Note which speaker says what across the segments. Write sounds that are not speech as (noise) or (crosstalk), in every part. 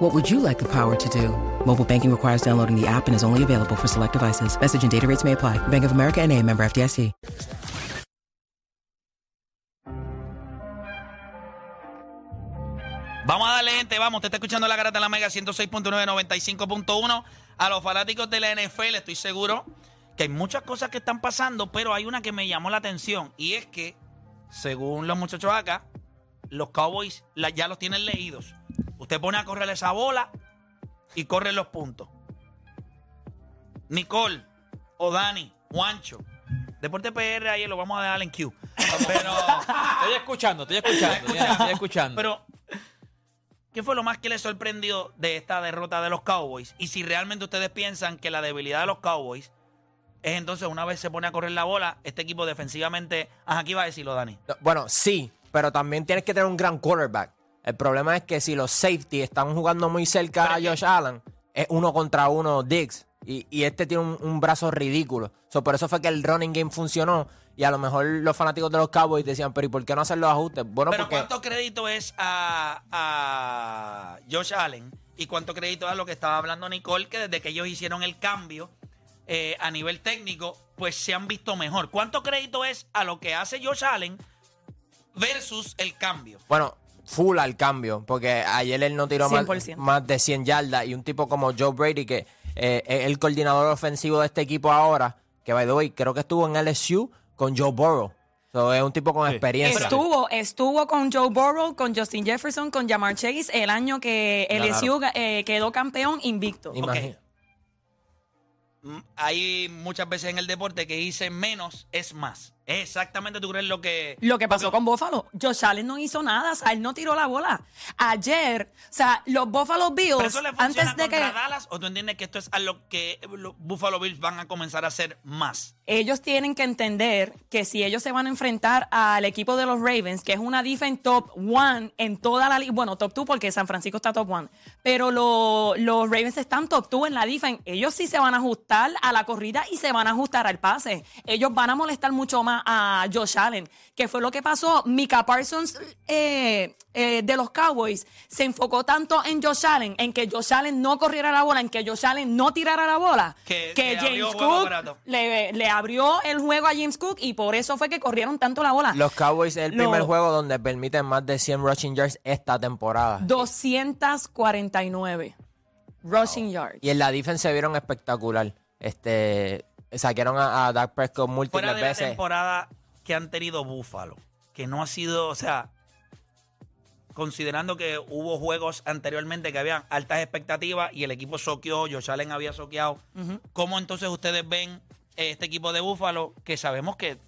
Speaker 1: What would you like the power to do? Mobile banking requires downloading the app and is only available for select devices. Message and data rates may apply. Bank of America and a member FDIC.
Speaker 2: Vamos a darle, gente, vamos. Te está escuchando la garata de la Mega 106.9, 95.1. A los fanáticos de la NFL, estoy seguro que hay muchas cosas que están pasando, pero hay una que me llamó la atención y es que, según los muchachos acá, los Cowboys la- ya los tienen leídos. Usted pone a correr esa bola y corre los puntos. Nicole, o Dani, Juancho. Deporte PR ayer lo vamos a dejar en Q. Pero.
Speaker 3: Estoy escuchando, estoy escuchando, ya, estoy escuchando.
Speaker 2: Pero, ¿qué fue lo más que les sorprendió de esta derrota de los Cowboys? Y si realmente ustedes piensan que la debilidad de los Cowboys es entonces una vez se pone a correr la bola, este equipo defensivamente. Ajá, aquí va a decirlo, Dani.
Speaker 4: No, Bueno, sí, pero también tienes que tener un gran quarterback. El problema es que si los safety están jugando muy cerca
Speaker 2: Pero
Speaker 4: a
Speaker 2: es que-
Speaker 4: Josh Allen, es uno contra uno Diggs. Y, y este tiene un, un brazo ridículo. So, por eso fue que el running game funcionó. Y a lo mejor los fanáticos de los Cowboys decían, pero ¿y por qué no hacer los ajustes? Bueno,
Speaker 2: Pero,
Speaker 4: porque
Speaker 2: ¿cuánto crédito es a, a Josh Allen? ¿Y cuánto crédito es a lo que estaba hablando Nicole? Que desde que ellos hicieron el cambio eh, a nivel técnico, pues se han visto mejor. ¿Cuánto crédito es a lo que hace Josh Allen versus el cambio?
Speaker 4: Bueno, full al cambio, porque ayer él no tiró más,
Speaker 5: 100%.
Speaker 4: más de 100 yardas y un tipo como Joe Brady, que eh, es el coordinador ofensivo de este equipo ahora, que by the way, creo que estuvo en LSU con Joe Burrow. So, es un tipo con experiencia.
Speaker 5: Estuvo, estuvo con Joe Burrow, con Justin Jefferson, con Jamar Chase el año que LSU eh, quedó campeón invicto.
Speaker 4: Imagina.
Speaker 2: m- hay muchas veces en el deporte que dicen menos es más. Es exactamente tú crees lo que.
Speaker 5: Lo que pasó con Buffalo, Josh Allen no hizo nada, o sea, él no tiró la bola. Ayer, o sea, los Buffalo
Speaker 2: Pero
Speaker 5: Bills,
Speaker 2: eso le funciona
Speaker 5: antes de que
Speaker 2: contra Dallas, o tú entiendes que esto es a lo que los Buffalo Bills van a comenzar a hacer más.
Speaker 5: ellos tienen que entender que si ellos se van a enfrentar al equipo de los Ravens, que es una defense top one en toda la liga, bueno, top two porque San Francisco está top one, pero lo- los Ravens están top two en la defense, ellos sí se van a ajustar a la corrida y se van a ajustar al pase. Ellos van a molestar mucho más a Josh Allen, que fue lo que pasó. Mika Parsons eh, eh, de los Cowboys se enfocó tanto en Josh Allen, en que Josh Allen no corriera la bola, en que Josh Allen no tirara la bola,
Speaker 2: Que-
Speaker 5: que,
Speaker 2: que abrió
Speaker 5: James
Speaker 2: juego
Speaker 5: Cook
Speaker 2: barato.
Speaker 5: le, le abrió el juego a James Cook y por eso fue que corrieron tanto la bola.
Speaker 4: Los Cowboys es el
Speaker 5: Lo-
Speaker 4: primer juego donde permiten más de 100 rushing yards esta temporada.
Speaker 5: 249 rushing yards.
Speaker 4: Y en la defense se vieron espectacular. Este, saquearon a, a Dak Prescott múltiples
Speaker 2: Fuera de la
Speaker 4: veces.
Speaker 2: temporada que han tenido Buffalo, que no ha sido, o sea, considerando que hubo juegos anteriormente que habían altas expectativas y el equipo soqueó, Josh Allen había soqueado. ¿Cómo entonces ustedes ven este equipo de Buffalo que sabemos que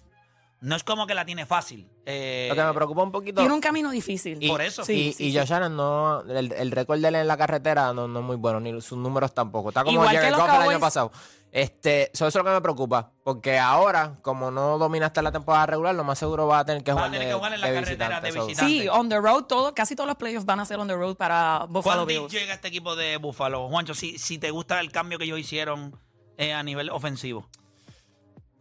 Speaker 2: no es como que la tiene fácil? Eh,
Speaker 4: Lo que me preocupa un poquito.
Speaker 5: Tiene un camino difícil.
Speaker 2: Por eso.
Speaker 5: Sí,
Speaker 4: y,
Speaker 5: sí,
Speaker 4: y
Speaker 5: sí.
Speaker 4: Josh Allen no, el, el récord de él en la carretera no, no es muy bueno, ni sus números tampoco. Está como
Speaker 5: Igual que
Speaker 4: Jared
Speaker 5: los
Speaker 4: Goff el año
Speaker 5: Cowboys.
Speaker 4: pasado. Este, eso es lo que me preocupa, porque ahora, como no dominaste la temporada regular, lo más seguro va a tener que
Speaker 2: Va a
Speaker 4: jugar,
Speaker 2: tener
Speaker 4: de,
Speaker 2: que jugar en la
Speaker 4: de
Speaker 2: carretera
Speaker 4: visitante.
Speaker 2: de
Speaker 4: so-
Speaker 2: visitante.
Speaker 5: Sí, on the road, todo, casi todos los playoffs van a ser on the road para Buffalo
Speaker 2: ¿Cuándo
Speaker 5: Bills.
Speaker 2: llega este equipo de Buffalo? Juancho, si, si te gusta el cambio que ellos hicieron eh, a nivel ofensivo.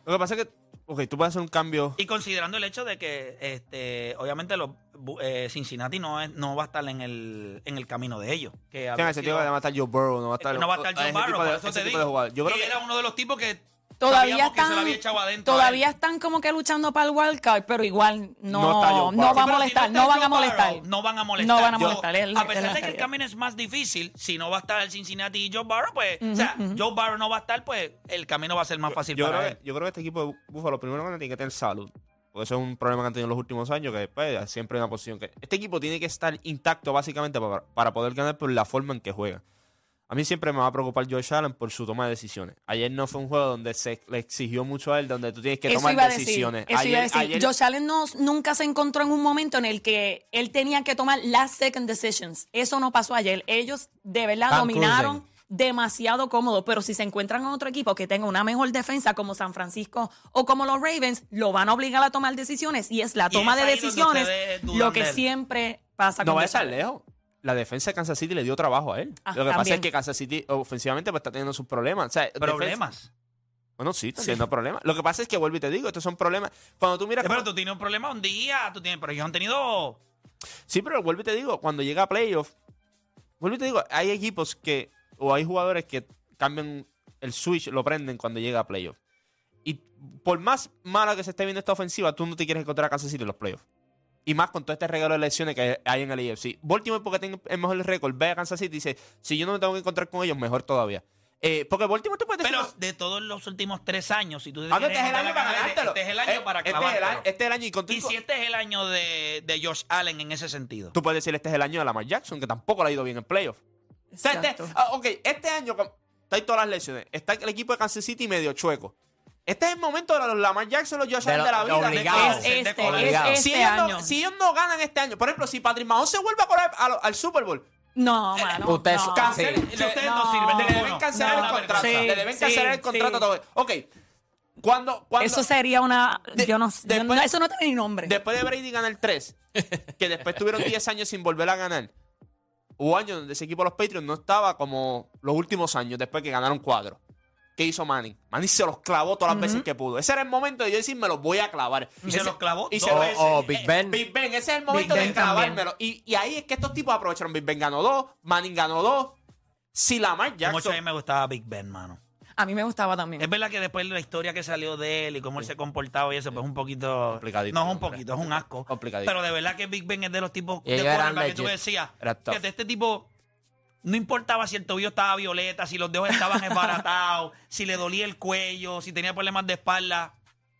Speaker 6: Lo que pasa es que, ok, tú puedes hacer un cambio.
Speaker 2: Y considerando el hecho de que, este, obviamente, los Bu- eh, Cincinnati no, es- no va a estar en el, en el camino de ellos. Que
Speaker 6: En
Speaker 2: había
Speaker 6: el sentido
Speaker 2: sido-
Speaker 6: que no va a estar Joe Burrow, no va a estar,
Speaker 2: Eh, no va a estar John
Speaker 6: ese
Speaker 2: Barrow,
Speaker 6: tipo
Speaker 2: por
Speaker 6: de-
Speaker 2: eso
Speaker 6: ese
Speaker 2: te digo.
Speaker 6: tipo de jugador. Yo creo
Speaker 2: que,
Speaker 6: que
Speaker 2: era uno de los tipos que
Speaker 5: Todavía
Speaker 2: sabíamos que se lo
Speaker 5: están,
Speaker 2: había echado adentro. a
Speaker 5: todavía
Speaker 2: él.
Speaker 5: están como que luchando para el wild card, pero igual no,
Speaker 6: No está Joe
Speaker 5: no
Speaker 6: Burrow.
Speaker 5: va a
Speaker 2: Sí, pero si
Speaker 5: molestar,
Speaker 2: está
Speaker 5: no van
Speaker 2: Joe
Speaker 5: a molestar.
Speaker 2: Burrow, No van a molestar.
Speaker 5: No van a
Speaker 2: Yo-
Speaker 5: molestar, es la-
Speaker 2: a pesar
Speaker 5: es la
Speaker 2: de que el
Speaker 5: realidad.
Speaker 2: camino es más difícil, si no va a estar el Cincinnati y Joe Barrow, pues, o sea, Joe Barrow no va a estar, pues el camino va a ser más fácil
Speaker 6: yo,
Speaker 2: para
Speaker 6: creo
Speaker 2: él.
Speaker 6: que, yo creo que este equipo de Búfalo, primero que tiene que tener salud. Porque eso es un problema que han tenido en los últimos años, que pues, siempre hay una posición que... Este equipo tiene que estar intacto básicamente para, para poder ganar por la forma en que juega. A mí siempre me va a preocupar Josh Allen por su toma de decisiones. Ayer no fue un juego donde se le exigió mucho a él, donde tú tienes que tomar
Speaker 5: iba a decir,
Speaker 6: decisiones.
Speaker 5: eso iba a decir.
Speaker 6: ayer-
Speaker 5: Josh Allen no- nunca se encontró en un momento en el que él tenía que tomar las second decisions. Eso no pasó ayer. Ellos de verdad
Speaker 4: Van
Speaker 5: dominaron.
Speaker 4: Cruisen.
Speaker 5: demasiado cómodo, pero si se encuentran con otro equipo que tenga una mejor defensa como San Francisco o como los Ravens, lo van a obligar a tomar decisiones y es la
Speaker 2: Y es
Speaker 5: toma de
Speaker 2: ahí donde
Speaker 5: decisiones
Speaker 2: ustedes dudan
Speaker 5: lo que
Speaker 2: de él.
Speaker 5: siempre pasa
Speaker 6: No
Speaker 5: con
Speaker 6: vaya
Speaker 5: Deshaun.
Speaker 6: tan lejos. La defensa de Kansas City le dio trabajo a él.
Speaker 5: Ah,
Speaker 6: Lo que pasa
Speaker 5: también.
Speaker 6: es que Kansas City ofensivamente pues, está teniendo sus problemas. O sea, defensa-
Speaker 2: Problemas.
Speaker 6: Bueno, sí, está teniendo problemas. Lo que pasa es que, vuelvo y te digo, estos son problemas. Cuando tú miras...
Speaker 2: Pero tú tienes un problema un día, tú tienes, pero ellos han tenido
Speaker 6: Sí, pero vuelvo y te digo, cuando llega a playoff, vuelvo y te digo, hay equipos que, o hay jugadores que cambian el switch, lo prenden cuando llega a playoff. Y por más mala que se esté viendo esta ofensiva, tú no te quieres encontrar a Kansas City en los playoffs. Y más con todo este regalo de lesiones que hay en el IFC. Baltimore, porque tiene el mejor récord, ve a Kansas City y dice, si yo no me tengo que encontrar con ellos, mejor todavía. Eh, porque Baltimore te puede decir...
Speaker 2: Pero de todos los últimos tres años, si tú te
Speaker 6: "Ah, no,
Speaker 2: quieres
Speaker 6: este es
Speaker 2: quitar la
Speaker 6: el año para
Speaker 2: cabeza,
Speaker 6: ganártelo.
Speaker 2: Este es el
Speaker 6: Eh,
Speaker 2: año para
Speaker 6: este es el año-
Speaker 2: clavártelo.
Speaker 6: Este es el año y
Speaker 2: Y
Speaker 6: contigo.
Speaker 2: si este es el año de, de Josh Allen en ese sentido.
Speaker 6: Tú puedes decir, este es el año de Lamar Jackson, que tampoco le ha ido bien en playoff. O sea, este-
Speaker 5: Exacto.
Speaker 6: ah, ok, este año con- está ahí todas las lesiones. Está el equipo de Kansas City medio chueco. Este es el momento de los Lamar Jackson, los Josh
Speaker 4: De
Speaker 6: Allen de
Speaker 4: lo-
Speaker 6: la vida.
Speaker 4: obligado.
Speaker 5: Es
Speaker 2: de
Speaker 5: este, es
Speaker 4: colgado.
Speaker 5: este
Speaker 6: si, ellos
Speaker 5: año.
Speaker 6: no, si ellos no ganan este año, por ejemplo, si Patrick Mahomes se vuelve a correr a lo- al Super Bowl,
Speaker 5: No, mano.
Speaker 4: ustedes-
Speaker 5: no.
Speaker 6: cancelen-
Speaker 4: Sí.
Speaker 6: le-
Speaker 2: Si ustedes no,
Speaker 5: no,
Speaker 2: sirven,
Speaker 6: le deben
Speaker 2: ninguno.
Speaker 6: cancelar
Speaker 5: no,
Speaker 6: el
Speaker 5: no,
Speaker 6: contrato.
Speaker 5: sí,
Speaker 6: le deben
Speaker 5: sí,
Speaker 6: cancelar el contrato.
Speaker 5: sí.
Speaker 6: Todo. Ok, cuando, cuando,
Speaker 5: Eso sería una.
Speaker 6: De-
Speaker 5: yo no, yo
Speaker 6: después-
Speaker 5: no- Eso no tiene ni nombre.
Speaker 6: Después de Brady ganar
Speaker 2: (laughs)
Speaker 6: 3, que después tuvieron 10 años sin volver a ganar, hubo años donde ese equipo de los Patriots no estaba como los últimos años después que ganaron 4. ¿Qué hizo Manning? Manning se los clavó todas las veces que pudo. Ese era el momento de yo decir, me los voy a clavar.
Speaker 2: Y se
Speaker 6: Ese-
Speaker 2: los clavó
Speaker 6: y
Speaker 2: dos
Speaker 6: se-
Speaker 2: veces.
Speaker 4: O, o Big Ben.
Speaker 6: Big Ben, ese es el momento
Speaker 5: Big
Speaker 6: de
Speaker 5: Ben también.
Speaker 6: clavármelo. Y, y ahí es que estos tipos aprovecharon. Big Ben ganó 2, Manning ganó 2. Si Lamar
Speaker 2: Mucho a mí
Speaker 6: Jackson...
Speaker 2: me gustaba Big Ben, mano.
Speaker 5: A mí me gustaba también.
Speaker 2: Es verdad que después la historia que salió de él y cómo él se comportaba y eso, pues un poquito.
Speaker 6: Complicadito,
Speaker 2: No es un
Speaker 6: hombre.
Speaker 2: poquito, es un asco.
Speaker 6: Complicadito.
Speaker 2: Pero de verdad que Big Ben es de los tipos
Speaker 4: Y
Speaker 2: de
Speaker 4: ellos eran
Speaker 2: quarterback que tú
Speaker 4: legit.
Speaker 2: decías.
Speaker 6: Era tough.
Speaker 2: Que de este tipo. No importaba si el tobillo estaba violeta, si los dedos estaban
Speaker 4: (laughs)
Speaker 2: esbaratados, si le dolía el cuello, si tenía problemas de espalda.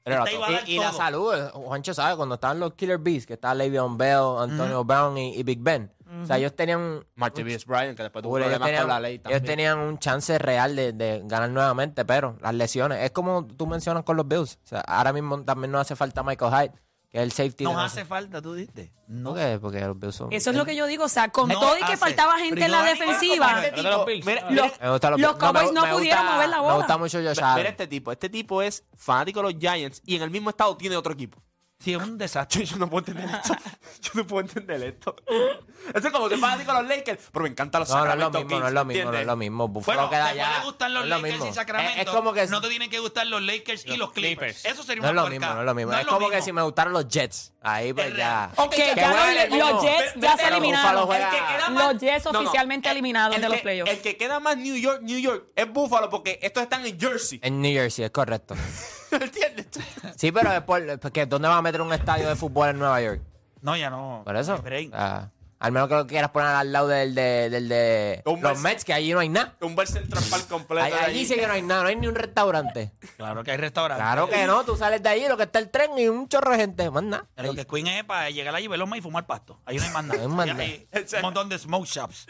Speaker 4: Era
Speaker 2: Te iba a
Speaker 4: todo.
Speaker 2: dar
Speaker 4: y, y la
Speaker 2: todo.
Speaker 4: salud, eh, Juancho sabe, cuando estaban los Killer Bees, que estaba Le'Veon Bell, Antonio Brown y, y Big Ben. O sea, ellos tenían
Speaker 6: Martavis Bryant, que después tuvo
Speaker 4: Ellos
Speaker 6: problemas
Speaker 4: tenían,
Speaker 6: con la ley
Speaker 4: ellos
Speaker 6: también.
Speaker 4: tenían un chance real de, de ganar nuevamente, pero las lesiones. Es como tú mencionas con los Bills. O sea, ahora mismo también nos hace falta Michael Hyde, que es el safety. de
Speaker 2: Nos
Speaker 4: nosotros.
Speaker 2: hace falta, tú diste.
Speaker 4: ¿Por
Speaker 2: No.
Speaker 4: qué? Porque los Bills son.
Speaker 5: Eso es lo que yo digo. O sea, con
Speaker 2: No
Speaker 5: todo y que
Speaker 2: hace.
Speaker 5: faltaba gente en la
Speaker 2: Pero yo-
Speaker 5: defensiva.
Speaker 6: Este
Speaker 3: Pero de los
Speaker 6: tipo,
Speaker 3: Bills.
Speaker 6: mira-
Speaker 3: Ah.
Speaker 6: mira-
Speaker 4: Me gustan
Speaker 5: Los
Speaker 4: Bills. me
Speaker 5: Cowboys
Speaker 4: gu-
Speaker 5: no
Speaker 4: me
Speaker 5: pudieron
Speaker 4: gusta-
Speaker 5: mover la bola.
Speaker 4: Me gusta mucho Josh
Speaker 6: Mira
Speaker 4: Allen.
Speaker 6: este tipo. Este tipo es fanático de los Giants y en el mismo estado tiene otro equipo. (laughs)
Speaker 2: Sí, es un desastre.
Speaker 6: Yo, yo no puedo entender esto. (laughs) Yo no puedo entender esto. (laughs) Eso es como que es fanático de los Lakers, pero me encantan los
Speaker 4: No, no es lo
Speaker 6: Sacramento
Speaker 4: mismo,
Speaker 6: Kings,
Speaker 4: no es lo mismo, no es
Speaker 6: ¿entiendes?
Speaker 4: lo mismo. Buffalo
Speaker 2: Bueno, te
Speaker 4: queda
Speaker 2: pueden
Speaker 4: ya.
Speaker 2: gustar los
Speaker 4: no es lo
Speaker 2: Lakers
Speaker 4: mismo.
Speaker 2: y Sacramento.
Speaker 4: Es, es como que
Speaker 2: no te tienen que gustar los Lakers y
Speaker 3: Los
Speaker 2: los Clippers.
Speaker 3: Clippers.
Speaker 2: Eso sería una
Speaker 4: no es lo
Speaker 2: puerca.
Speaker 4: mismo, no es lo mismo.
Speaker 2: No
Speaker 4: es como que
Speaker 2: mismo.
Speaker 4: si me gustaran los Jets. Ahí pues
Speaker 2: Es
Speaker 4: ya.
Speaker 2: real.
Speaker 6: Ok,
Speaker 5: Que
Speaker 6: que
Speaker 5: ya
Speaker 6: juegan
Speaker 5: no-
Speaker 6: el mismo.
Speaker 5: los Jets
Speaker 6: Pero-
Speaker 5: ya se
Speaker 6: pero
Speaker 5: eliminaron.
Speaker 4: Buffalo juega-
Speaker 6: El que queda
Speaker 5: Los Jets oficialmente
Speaker 6: el-
Speaker 5: eliminados
Speaker 6: el
Speaker 5: de los
Speaker 6: que-
Speaker 5: playoffs.
Speaker 6: El que queda más New York, New York, es Buffalo porque estos están en Jersey.
Speaker 4: En New Jersey, es correcto.
Speaker 6: (laughs) ¿Entiendes? (laughs)
Speaker 4: Sí, pero después, porque ¿dónde va a meter un estadio de fútbol en Nueva York?
Speaker 2: No, ya no.
Speaker 4: Por eso.
Speaker 2: No hay break.
Speaker 4: ah, al menos que lo quieras poner al lado del de, del de
Speaker 6: Un
Speaker 4: los
Speaker 6: mes.
Speaker 4: Mets, que allí no hay nada.
Speaker 6: Un bar Central Park completo.
Speaker 4: Ahí-
Speaker 6: de
Speaker 4: Allí
Speaker 6: allí.
Speaker 4: sí que no hay nada, no hay ni un restaurante.
Speaker 2: (laughs) Claro que hay restaurantes.
Speaker 4: Claro que no, tú sales de allí, lo que está el tren y un chorro de gente, más nada.
Speaker 2: Lo que Queen es para llegar allí, veloma y fumar pasto. Ahí no hay más nada.
Speaker 4: Ahí no hay más
Speaker 2: Ahí
Speaker 4: nada.
Speaker 2: hay un montón de smoke
Speaker 4: (laughs)
Speaker 2: shops.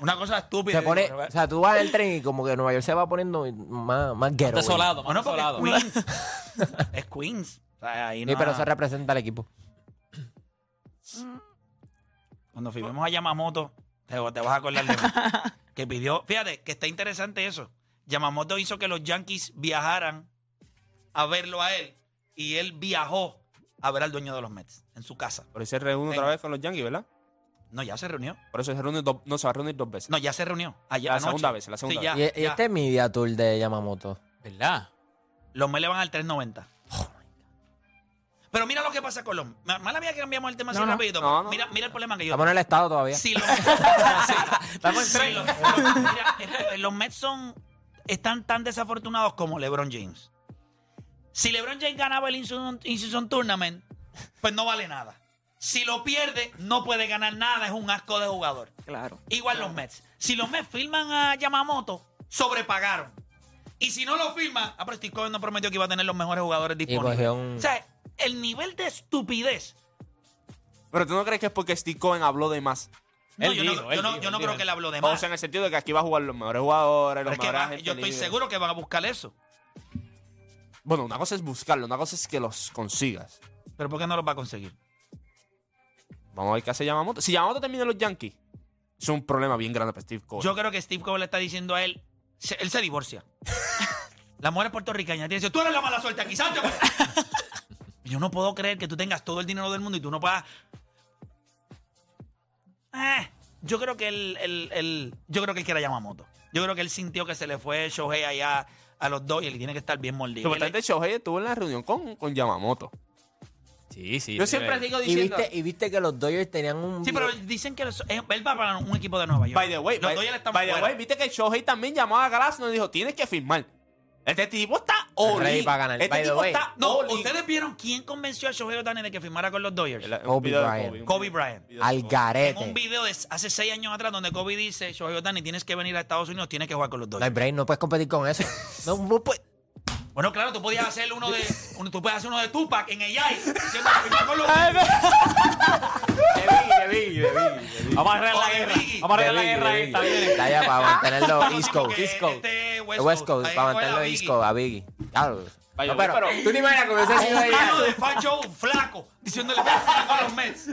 Speaker 2: Una cosa estúpida.
Speaker 4: Se pone,
Speaker 2: Digo,
Speaker 4: o sea, tú vas en el tren y como que Nueva York se va poniendo más, más ghetto. güey.
Speaker 3: Desolado,
Speaker 2: No,
Speaker 3: más
Speaker 2: no, porque
Speaker 3: desolado.
Speaker 2: es Queens.
Speaker 4: (laughs)
Speaker 2: es Queens. O sea, ahí
Speaker 4: Sí,
Speaker 2: no.
Speaker 4: pero se representa al equipo.
Speaker 2: Cuando fuimos a Yamamoto, te, te vas a acordar de mí.
Speaker 4: (laughs)
Speaker 2: que pidió, fíjate, que está interesante eso. Yamamoto hizo que los Yankees viajaran a verlo a él y él viajó a ver al dueño de los Mets en su casa.
Speaker 6: Por eso se reúne otra
Speaker 2: Venga.
Speaker 6: vez con los Yankees, ¿verdad?
Speaker 2: No, ya se reunió.
Speaker 6: Por eso se reúne dos, no se va a reunir dos veces.
Speaker 2: No, ya se reunió. Ayer
Speaker 6: La
Speaker 2: anoche.
Speaker 6: segunda vez, la segunda
Speaker 2: Sí, ya,
Speaker 4: y, y
Speaker 2: ya.
Speaker 4: este media tour de Yamamoto.
Speaker 3: ¿Verdad?
Speaker 2: Los Mets le van al 3.90. Pero mira lo que pasa con los... ma- Mala mía que cambiamos el tema así
Speaker 4: no.
Speaker 2: rapidito.
Speaker 6: No, no.
Speaker 2: mira, mira el problema que yo...
Speaker 4: Estamos en el estado todavía.
Speaker 2: Si los,
Speaker 3: (laughs)
Speaker 2: Estamos en los, mira, eh, los Mets son, están tan desafortunados como LeBron James. Si LeBron James ganaba el In-Season in-season Tournament, pues no vale nada. Si lo pierde, no puede ganar nada. Es un asco de jugador.
Speaker 5: Claro.
Speaker 2: Igual los Mets. Si los Mets firman a Yamamoto, sobrepagaron. Y si no lo firman, ah, pero Steve Cohen no prometió que iba a tener los mejores jugadores
Speaker 3: pues
Speaker 2: disponibles.
Speaker 4: cogió un-
Speaker 2: O sea, el nivel de estupidez
Speaker 6: Pero tú no crees que es porque Steve Cohen habló de más.
Speaker 2: No,
Speaker 3: Él
Speaker 2: yo,
Speaker 3: dijo,
Speaker 2: no,
Speaker 3: él
Speaker 2: yo no-
Speaker 3: dijo,
Speaker 2: yo no
Speaker 3: él
Speaker 2: creo
Speaker 3: dijo.
Speaker 2: que él habló de
Speaker 6: O
Speaker 2: más.
Speaker 6: sea, en el sentido de que aquí va a jugar los mejores jugadores,
Speaker 2: Pero
Speaker 6: los
Speaker 2: es que
Speaker 6: mejores
Speaker 2: van-
Speaker 6: agentes
Speaker 2: yo estoy
Speaker 6: libres.
Speaker 2: seguro que van a buscar eso.
Speaker 6: Bueno, una cosa es buscarlo, una cosa es que los consigas.
Speaker 2: Pero ¿por qué no los va a conseguir?
Speaker 6: Vamos a ver qué hace Yamamoto. Si Yamamoto termina en los Yankees, Es un problema bien grande para Steve Cohen.
Speaker 2: Yo creo que Steve Cole le está diciendo a él, se- él se divorcia. (laughs) la mujer es puertorriqueña. Tiene que decir, tú eres la mala suerte aquí, Sancho. (laughs) Yo no puedo creer que tú tengas todo el dinero del mundo y tú no puedas. Eh, yo creo que él, él- él- yo creo que él quiere a Yamamoto. Yo creo que él sintió que se le fue Shohei allá a los dos y él tiene que estar bien mordido. Él-
Speaker 6: Supuestamente Shohei estuvo en la reunión con, con Yamamoto.
Speaker 3: Sí, sí.
Speaker 6: Yo
Speaker 3: sí,
Speaker 6: siempre
Speaker 3: eh.
Speaker 6: digo
Speaker 4: Y
Speaker 6: diciendo...
Speaker 4: viste, y viste que los Dodgers tenían un.
Speaker 2: sí, pero dicen que los- eh, él va para un equipo de Nueva York.
Speaker 6: By the way,
Speaker 2: los
Speaker 6: by,
Speaker 2: dos ya le están
Speaker 6: by the
Speaker 2: fuera.
Speaker 6: way, viste que Shohei también llamó a Glasnow y dijo, tienes que firmar. Este tipo está all
Speaker 4: Ready
Speaker 6: in.
Speaker 4: para ganar.
Speaker 6: Este
Speaker 4: By the
Speaker 6: tipo
Speaker 4: way.
Speaker 6: está
Speaker 2: No,
Speaker 6: all in.
Speaker 2: ustedes vieron quién convenció a Shohei Ohtani de que firmara con los Dodgers.
Speaker 6: El- un
Speaker 4: Kobe
Speaker 6: video de
Speaker 4: Bryant.
Speaker 6: un
Speaker 2: Kobe
Speaker 6: video-
Speaker 2: Bryant.
Speaker 6: video de
Speaker 4: Al
Speaker 6: Kobe.
Speaker 2: En un
Speaker 4: garete.
Speaker 2: video de hace seis años atrás donde Kobe dice, Shohei Ohtani, tienes que venir a Estados Unidos, tienes que jugar con los
Speaker 4: No hay
Speaker 2: Dodgers.
Speaker 4: break, no puedes competir con eso. No, no puedes.
Speaker 2: Bueno, claro, tú podías hacer uno
Speaker 4: (laughs)
Speaker 2: de, uno- tú puedes hacer uno de Tupac en AI. diciendo, "Firmar con los
Speaker 3: Vamos a arreglar
Speaker 2: O
Speaker 3: la
Speaker 2: de
Speaker 3: guerra.
Speaker 2: Biggie.
Speaker 3: Vamos a
Speaker 4: De
Speaker 3: arreglar la
Speaker 4: Biggie,
Speaker 3: guerra
Speaker 4: de
Speaker 3: esta.
Speaker 4: Biggie.
Speaker 3: viene.
Speaker 4: Está ya para mantenerlo
Speaker 2: Sí,
Speaker 4: East Coast.
Speaker 2: Ah, porque
Speaker 4: East Coast.
Speaker 2: este West Coast,
Speaker 4: West Coast,
Speaker 2: ahí fue
Speaker 4: para
Speaker 2: la
Speaker 4: mantenerlo East
Speaker 2: Biggie.
Speaker 4: Coast, a Biggie. Claro.
Speaker 6: By the
Speaker 4: No,
Speaker 6: way,
Speaker 4: pero,
Speaker 6: pero-
Speaker 4: tú ni imaginas
Speaker 5: Ah,
Speaker 4: que hubiese sido ahí.
Speaker 2: Claro, de Fat Joe, flaco, diciéndole "Ve a firmar con los Mets.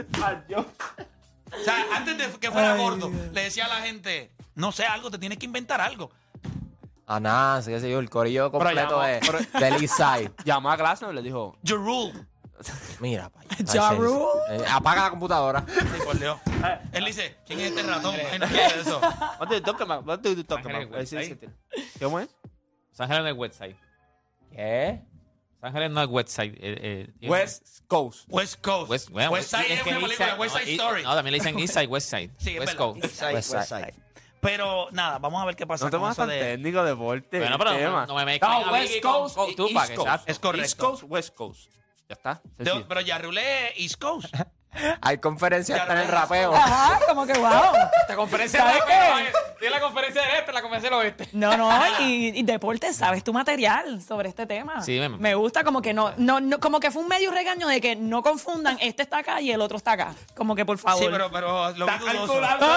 Speaker 2: O sea, antes de que fuera gordo, le decía a la gente, no sé, algo, te tienes que inventar algo.
Speaker 4: Ah, nada, sí, qué sé yo, el corillo completo
Speaker 6: ya,
Speaker 4: de, del East Side.
Speaker 6: Llamó a Glasnow y le dijo,
Speaker 2: Your rule.
Speaker 4: Mira, pa' allá.
Speaker 5: (laughs) Ja
Speaker 4: Ay, sí,
Speaker 5: Rule.
Speaker 4: sí. Eh, Apaga la computadora.
Speaker 2: Sí, por Dios. Él dice, ¿quién es este ratón? Ay, no quiero eso.
Speaker 6: what do you talk about? What do you talk about?
Speaker 3: Ángeles,
Speaker 6: Ahí sí,
Speaker 3: ahí.
Speaker 6: sí, sí. ¿Cómo es?
Speaker 3: Los Ángeles no es West Side.
Speaker 4: ¿Qué?
Speaker 3: Los Ángeles no es West Side. eh, eh,
Speaker 6: West Coast.
Speaker 2: West Coast.
Speaker 3: West,
Speaker 2: West,
Speaker 3: bueno,
Speaker 2: Side
Speaker 3: es
Speaker 2: es
Speaker 3: que
Speaker 2: una
Speaker 3: East
Speaker 2: película,
Speaker 3: Side-
Speaker 2: West Side
Speaker 3: no,
Speaker 2: Story.
Speaker 3: No, también le dicen East Side, West Side.
Speaker 2: Sí, es
Speaker 3: West
Speaker 2: verdad,
Speaker 3: Coast.
Speaker 2: East Side.
Speaker 4: West Side.
Speaker 2: Pero nada, vamos a ver qué pasa
Speaker 6: No te
Speaker 2: con
Speaker 6: pongas
Speaker 2: eso
Speaker 6: tan
Speaker 2: de...
Speaker 6: técnico deporte.
Speaker 3: Bueno,
Speaker 6: el
Speaker 3: pero no-
Speaker 6: tema.
Speaker 3: no me mezclen a
Speaker 6: West
Speaker 3: Biggie con-
Speaker 6: Coast
Speaker 3: con
Speaker 6: y
Speaker 3: Tupac,
Speaker 6: East Coast.
Speaker 3: exacto.
Speaker 2: Es correcto.
Speaker 6: East Coast, West Coast. Ya está.
Speaker 2: de-
Speaker 6: sencillo.
Speaker 2: pero Yarrulé East Coast.
Speaker 4: Hay conferencias hasta en el rapeo.
Speaker 5: Ajá, como que wow.
Speaker 3: Esta conferencia
Speaker 5: ¿Sabes
Speaker 3: del
Speaker 5: qué?
Speaker 3: oeste. Tiene la conferencia del este, la conferencia del oeste.
Speaker 5: No,
Speaker 2: (laughs)
Speaker 5: no, y, y deporte, sabes tu material sobre este tema.
Speaker 3: Sí, me-
Speaker 5: me gusta como que no, no, no, como que fue un medio regaño de que no confundan, este está acá y el otro está acá. Como que por favor.
Speaker 2: sí, pero, pero lo vi
Speaker 6: Está
Speaker 2: dudoso.
Speaker 6: calculando.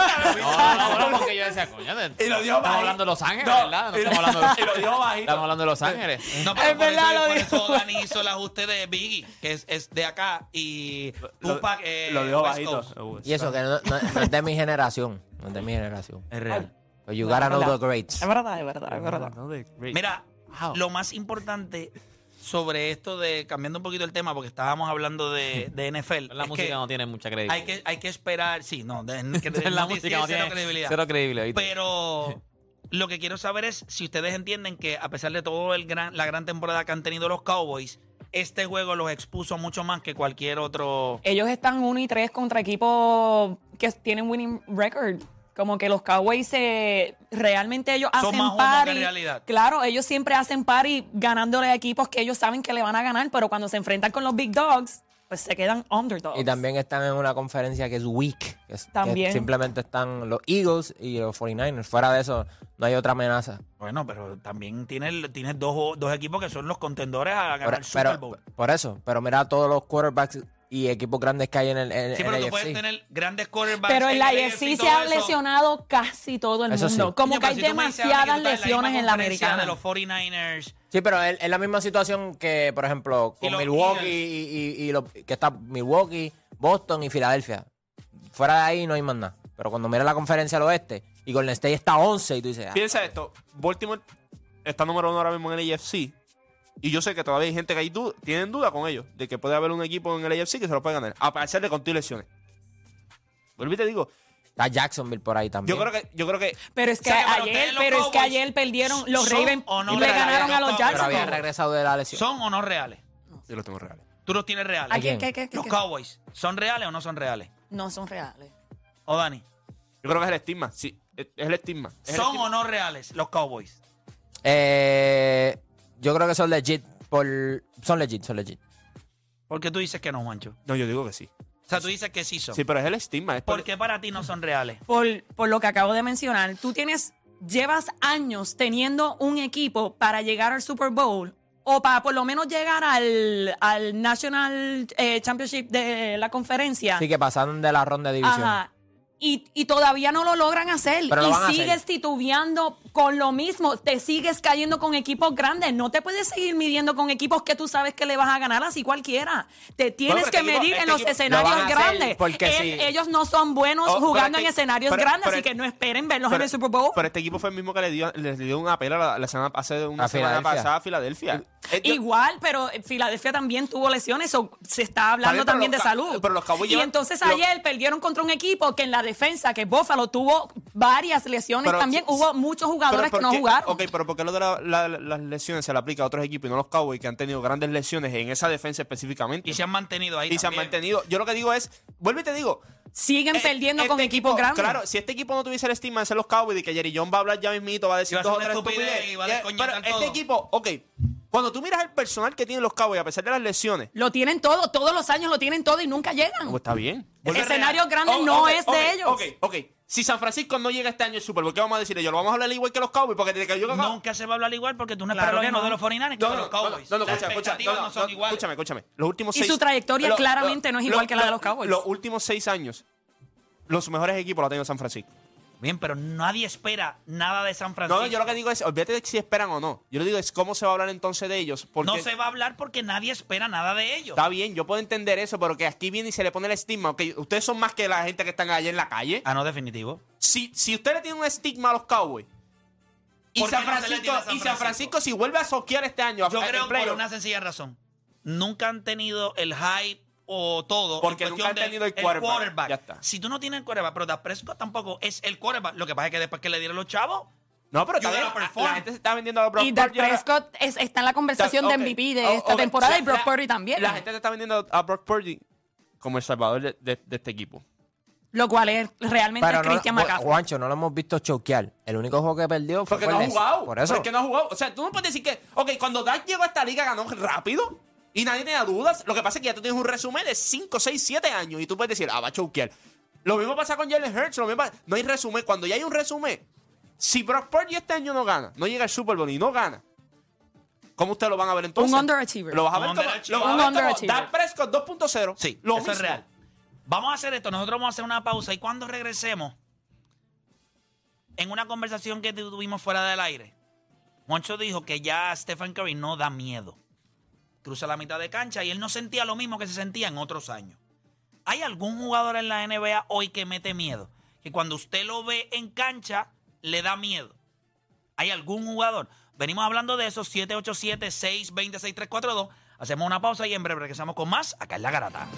Speaker 3: No, no, no, porque yo decía, coño, de-
Speaker 6: Y lo dio
Speaker 3: estamos
Speaker 6: bajito.
Speaker 3: hablando de Los Ángeles,
Speaker 6: No,
Speaker 3: ¿verdad? No
Speaker 6: y lo-
Speaker 3: estamos hablando de-
Speaker 6: (laughs) y lo dio bajito.
Speaker 3: Estamos hablando de Los Ángeles.
Speaker 2: No, pero
Speaker 5: Es
Speaker 2: por
Speaker 5: verdad,
Speaker 2: eso,
Speaker 5: lo
Speaker 2: por
Speaker 5: dijo.
Speaker 2: eso Dani hizo el ajuste de Biggie, que es, es de acá, y
Speaker 6: Lo-
Speaker 2: Tupac eh,
Speaker 6: Lo dijo
Speaker 2: West
Speaker 6: bajito. Oh,
Speaker 2: Coast.
Speaker 4: Y eso que no, no- no es de mi generación. No es de mi generación.
Speaker 6: Es real.
Speaker 4: But you gotta know
Speaker 5: Hola.
Speaker 4: the greats.
Speaker 5: Es verdad, es verdad, es verdad.
Speaker 2: Mira, lo más importante sobre esto de, cambiando un poquito el tema, porque estábamos hablando de, de NFL,
Speaker 3: La
Speaker 2: es
Speaker 3: música
Speaker 2: que
Speaker 3: no tiene mucha credibilidad.
Speaker 2: hay que, hay que esperar, sí, no, de-
Speaker 3: (laughs)
Speaker 2: que-
Speaker 3: la
Speaker 2: no,
Speaker 3: música
Speaker 2: cero
Speaker 3: no tiene
Speaker 2: credibilidad.
Speaker 3: cero creíble. ¿viste?
Speaker 2: Pero lo que quiero saber es si ustedes entienden que a pesar de todo el gran, la gran temporada que han tenido los Cowboys, este juego los expuso mucho más que cualquier otro.
Speaker 5: Ellos están 1 y 3 contra equipos que tienen winning record. Como que los Cowboys se, realmente ellos
Speaker 2: Son
Speaker 5: hacen
Speaker 2: más humos que
Speaker 5: party.
Speaker 2: realidad.
Speaker 5: Claro, ellos siempre hacen party ganándole a equipos que ellos saben que le van a ganar, pero cuando se enfrentan con los big dogs, pues se quedan underdogs.
Speaker 4: Y también están en una conferencia que es weak. que es- que
Speaker 5: También.
Speaker 4: simplemente están los Eagles y los 49ers. Fuera de eso, no hay otra amenaza.
Speaker 2: Bueno, pero también tienes, tienes dos, dos equipos que son los contendores a ganar
Speaker 4: Por,
Speaker 2: el Super
Speaker 4: pero,
Speaker 2: Bowl.
Speaker 4: por eso, pero mira todos los quarterbacks y equipos grandes que hay en el en,
Speaker 2: sí,
Speaker 4: en
Speaker 2: pero
Speaker 4: el
Speaker 2: tú puedes
Speaker 4: AFC.
Speaker 2: tener grandes quarterbacks.
Speaker 5: Pero en la
Speaker 2: AFC y
Speaker 5: IFC se
Speaker 2: todo
Speaker 5: ha
Speaker 2: eso.
Speaker 5: lesionado casi todo el
Speaker 4: Eso sí.
Speaker 5: mundo.
Speaker 2: Coño,
Speaker 5: Como
Speaker 2: pero
Speaker 5: que hay
Speaker 2: si tú me dices ahora que
Speaker 5: demasiadas
Speaker 2: tú estás
Speaker 5: lesiones en la
Speaker 2: misma conferencia
Speaker 5: americana.
Speaker 2: De los 49ers.
Speaker 4: Sí, pero es, es la misma situación que, por ejemplo,
Speaker 2: Y
Speaker 4: con
Speaker 2: los
Speaker 4: Milwaukee
Speaker 2: Eagles.
Speaker 4: y, y- y los- que está Milwaukee, Boston y Filadelfia. Fuera de ahí no hay más nada. Pero cuando miras la conferencia al oeste y Golden State está 11 y tú dices, ah,
Speaker 6: Piensa esto. Baltimore está número uno ahora mismo en el AFC. Y yo sé que todavía hay gente que hay du- tienen duda con ellos de que puede haber un equipo en el AFC que se lo puede ganar. A pesar de con tus lesiones. Volví y te digo,
Speaker 4: está Jacksonville por ahí también.
Speaker 6: yo creo que, yo creo que
Speaker 5: Pero es que
Speaker 2: O sea, pero ustedes
Speaker 5: ayer,
Speaker 2: los
Speaker 5: pero es que
Speaker 2: Cowboys
Speaker 5: ayer perdieron los
Speaker 2: son
Speaker 5: Ravens
Speaker 2: o no
Speaker 5: y le
Speaker 2: reales,
Speaker 5: ganaron
Speaker 2: los
Speaker 5: a los
Speaker 2: Cowboys.
Speaker 4: pero había
Speaker 5: Jacksonville.
Speaker 4: regresado de la lesión.
Speaker 2: ¿Son o no reales?
Speaker 6: yo los tengo reales.
Speaker 2: Tú los tienes reales.
Speaker 5: ¿A quién?
Speaker 4: quién?
Speaker 5: ¿Qué, qué, qué,
Speaker 2: ¿Los
Speaker 5: qué?
Speaker 2: Cowboys son reales o no son reales?
Speaker 5: No son reales.
Speaker 2: O Dani,
Speaker 6: Yo creo que es el estigma. Sí, es es el estigma. Es el
Speaker 2: ¿son
Speaker 6: estigma.
Speaker 2: o no reales los Cowboys?
Speaker 4: Eh, yo creo que son legit. Por, son legit, son legit.
Speaker 2: Porque tú dices que no, Juancho.
Speaker 6: No, yo digo que sí.
Speaker 2: O sea, tú dices que sí son.
Speaker 6: Sí, pero es el estigma. Es
Speaker 2: ¿Por qué para ti no son reales?
Speaker 5: Por, por lo que acabo de mencionar, tú tienes, llevas años teniendo un equipo para llegar al Super Bowl o para por lo menos llegar al, al National eh, Championship de la conferencia.
Speaker 4: Así que pasaron de la ronda de división.
Speaker 5: Ajá. Y, y todavía no lo logran hacer.
Speaker 4: Pero lo
Speaker 5: y
Speaker 4: van a
Speaker 5: sigues
Speaker 4: hacer.
Speaker 5: titubeando con lo mismo, te sigues cayendo con equipos grandes. No te puedes seguir midiendo con equipos que tú sabes que le vas a ganar así cualquiera. Te tienes
Speaker 6: pero
Speaker 5: que
Speaker 6: este equipo-
Speaker 5: medir
Speaker 6: este
Speaker 5: en los
Speaker 6: equipo-
Speaker 5: escenarios
Speaker 4: Lo van a hacer
Speaker 5: grandes.
Speaker 4: porque
Speaker 5: Él-
Speaker 4: sí.
Speaker 5: Ellos no son buenos
Speaker 6: Oh, pero
Speaker 5: jugando
Speaker 6: es
Speaker 5: en
Speaker 6: que-
Speaker 5: escenarios
Speaker 6: pero-
Speaker 5: grandes,
Speaker 6: pero
Speaker 5: así
Speaker 6: es-
Speaker 5: que no esperen verlos en
Speaker 6: Pero-
Speaker 5: el Super Bowl.
Speaker 6: Pero este equipo fue el mismo que le dio, les dio un apelo la, la semana, hace una
Speaker 4: A
Speaker 6: semana
Speaker 4: Filadelfia.
Speaker 6: pasada a Filadelfia. Eh, yo-
Speaker 5: Igual, pero Filadelfia también tuvo lesiones, o se está hablando
Speaker 6: También, pero
Speaker 5: también
Speaker 6: los
Speaker 5: de
Speaker 6: ca-
Speaker 5: salud.
Speaker 6: pero los Cowboys
Speaker 5: y
Speaker 6: llevan-
Speaker 5: entonces
Speaker 6: lo-
Speaker 5: ayer perdieron contra un equipo que en la defensa, que Buffalo tuvo varias lesiones
Speaker 6: Pero-
Speaker 5: también.
Speaker 6: sí,
Speaker 5: Hubo muchos jugadores
Speaker 6: pero
Speaker 5: que no
Speaker 6: ¿por qué-
Speaker 5: jugaron.
Speaker 6: Ok, pero ¿por qué lo de la- la- las lesiones se le aplica a otros equipos y no a los Cowboys que han tenido grandes lesiones en esa defensa específicamente?
Speaker 2: Y se han mantenido ahí.
Speaker 6: Y se han
Speaker 2: también.
Speaker 6: mantenido. Yo lo que digo es, vuelvo y te digo,
Speaker 5: Siguen
Speaker 6: Eh,
Speaker 5: perdiendo
Speaker 6: este
Speaker 5: con equipos
Speaker 6: equipo,
Speaker 5: grandes.
Speaker 6: Claro, si este equipo no tuviese el estigma de ser los Cowboys y que Jerry John va a hablar ya mismito, va a decir
Speaker 2: Y va a
Speaker 6: dos o
Speaker 2: hacer
Speaker 6: tres
Speaker 2: una estupidez
Speaker 6: estupideces.
Speaker 2: y va a
Speaker 6: Eh,
Speaker 2: descoñetar
Speaker 6: pero este
Speaker 2: todo.
Speaker 6: equipo, ok, cuando tú miras el personal que tienen los Cowboys a pesar de las lesiones,
Speaker 5: Lo tienen todo, todos los años lo tienen todo y nunca llegan.
Speaker 6: pues está bien.
Speaker 5: el
Speaker 6: Vuelve a-
Speaker 5: escenario grande
Speaker 6: Oh,
Speaker 5: no
Speaker 6: ok,
Speaker 5: es de
Speaker 6: ok,
Speaker 5: ellos.
Speaker 6: Ok, ok. Si San Francisco no llega este año al Super Bowl, ¿qué vamos a decirle? Yo lo vamos a hablar igual que los Cowboys porque desde que yo
Speaker 2: Nunca se va a hablar igual porque tú no
Speaker 5: Claro
Speaker 2: esperas lo
Speaker 5: que
Speaker 2: mismo
Speaker 5: no.
Speaker 2: de los 49 que
Speaker 6: No,
Speaker 2: de
Speaker 6: no,
Speaker 2: los
Speaker 6: no, no,
Speaker 2: Cowboys.
Speaker 6: no, no,
Speaker 2: Las
Speaker 6: escucha, escucha, no,
Speaker 2: expectativas
Speaker 6: no,
Speaker 2: no son
Speaker 6: no,
Speaker 2: iguales.
Speaker 6: escúchame, escúchame. Los últimos
Speaker 5: Y
Speaker 6: seis-
Speaker 5: su trayectoria claramente no es igual que la de los Cowboys.
Speaker 6: Los últimos seis años, los mejores equipos los ha tenido San Francisco.
Speaker 2: Bien, pero nadie espera nada de San Francisco.
Speaker 6: No, yo lo que digo es, olvídate de si esperan o no. Yo lo digo es cómo se va a hablar entonces de ellos. Porque
Speaker 2: No se va a hablar porque nadie espera nada de ellos.
Speaker 6: Está bien, yo puedo entender eso, pero que aquí viene y se le pone el estigma. ok, ustedes son más que la gente que están allá en la calle.
Speaker 2: Ah, no, definitivo.
Speaker 6: Si, si usted le tiene un estigma a los Cowboys. Y
Speaker 2: ¿Por qué
Speaker 6: San,
Speaker 2: no se le
Speaker 6: Francisco,
Speaker 2: tiene a San
Speaker 6: y San
Speaker 2: Francisco?
Speaker 6: Francisco, si vuelve a soquear este año,
Speaker 2: Yo
Speaker 6: a- en
Speaker 2: creo por
Speaker 6: playoff,
Speaker 2: una sencilla razón. Nunca han tenido el hype o todo.
Speaker 6: Porque
Speaker 2: en cuestión
Speaker 6: nunca han
Speaker 2: del-
Speaker 6: tenido el quarterback. Ya está.
Speaker 2: Si tú no tienes el quarterback, pero Dak Prescott tampoco es el quarterback. Lo que pasa es que después que le dieron los chavos,
Speaker 6: No, pero
Speaker 2: You
Speaker 6: está bien, Ah,
Speaker 2: gotta
Speaker 6: la-
Speaker 2: perform.
Speaker 6: la gente se está vendiendo a los Brock
Speaker 5: y Dak
Speaker 6: Purdy ahora-
Speaker 5: Prescott es- está en la conversación
Speaker 6: Ok,
Speaker 5: de MVP de
Speaker 6: o-
Speaker 5: esta
Speaker 6: ok,
Speaker 5: temporada
Speaker 6: la-
Speaker 5: y Brock
Speaker 6: la-
Speaker 5: Purdy también.
Speaker 6: La gente se está vendiendo a Brock Purdy como el salvador de, de- de este equipo.
Speaker 5: Lo cual es realmente
Speaker 4: Pero no,
Speaker 5: Christian
Speaker 4: Gua-
Speaker 5: McCaffrey.
Speaker 4: Guancho, no lo hemos visto choquear. El único juego que perdió fue
Speaker 6: Porque
Speaker 4: con
Speaker 6: no ha
Speaker 4: Lex-
Speaker 6: jugado.
Speaker 4: Por eso.
Speaker 6: Porque no ha jugado. O sea, tú no puedes decir que. Ok, cuando Dak llegó a esta liga ganó rápido y nadie tenía dudas. Lo que pasa es que ya tú tienes un resumen de 5, 6, 7 años y tú puedes decir, ah, va a choquear. Lo mismo pasa con Jalen Hurts. Lo mismo pasa- No hay resumen. Cuando ya hay un resumen, si Brock Purdy este año no gana, no llega al Super Bowl y no gana. ¿Cómo ustedes lo van a ver entonces?
Speaker 5: underachiever.
Speaker 6: Lo vas a
Speaker 2: Un
Speaker 6: ver como,
Speaker 2: underachiever.
Speaker 6: lo vas a
Speaker 5: Un
Speaker 6: ver como
Speaker 5: underachiever.
Speaker 6: Dak Prescott 2.0.
Speaker 2: sí,
Speaker 6: lo
Speaker 2: eso es
Speaker 6: mismo.
Speaker 2: real. Vamos a hacer esto. Nosotros vamos a hacer una pausa y cuando regresemos, en una conversación que tuvimos fuera del aire, Moncho dijo que ya Stephen Curry no da miedo. Cruza la mitad de cancha y él no sentía lo mismo que se sentía en otros años. ¿Hay algún jugador en la NBA hoy que mete miedo? Que cuando usted lo ve en cancha, le da miedo. ¿Hay algún jugador? Venimos hablando de eso, 787 620 6342 Hacemos una pausa y en breve regresamos con más acá en La Garata.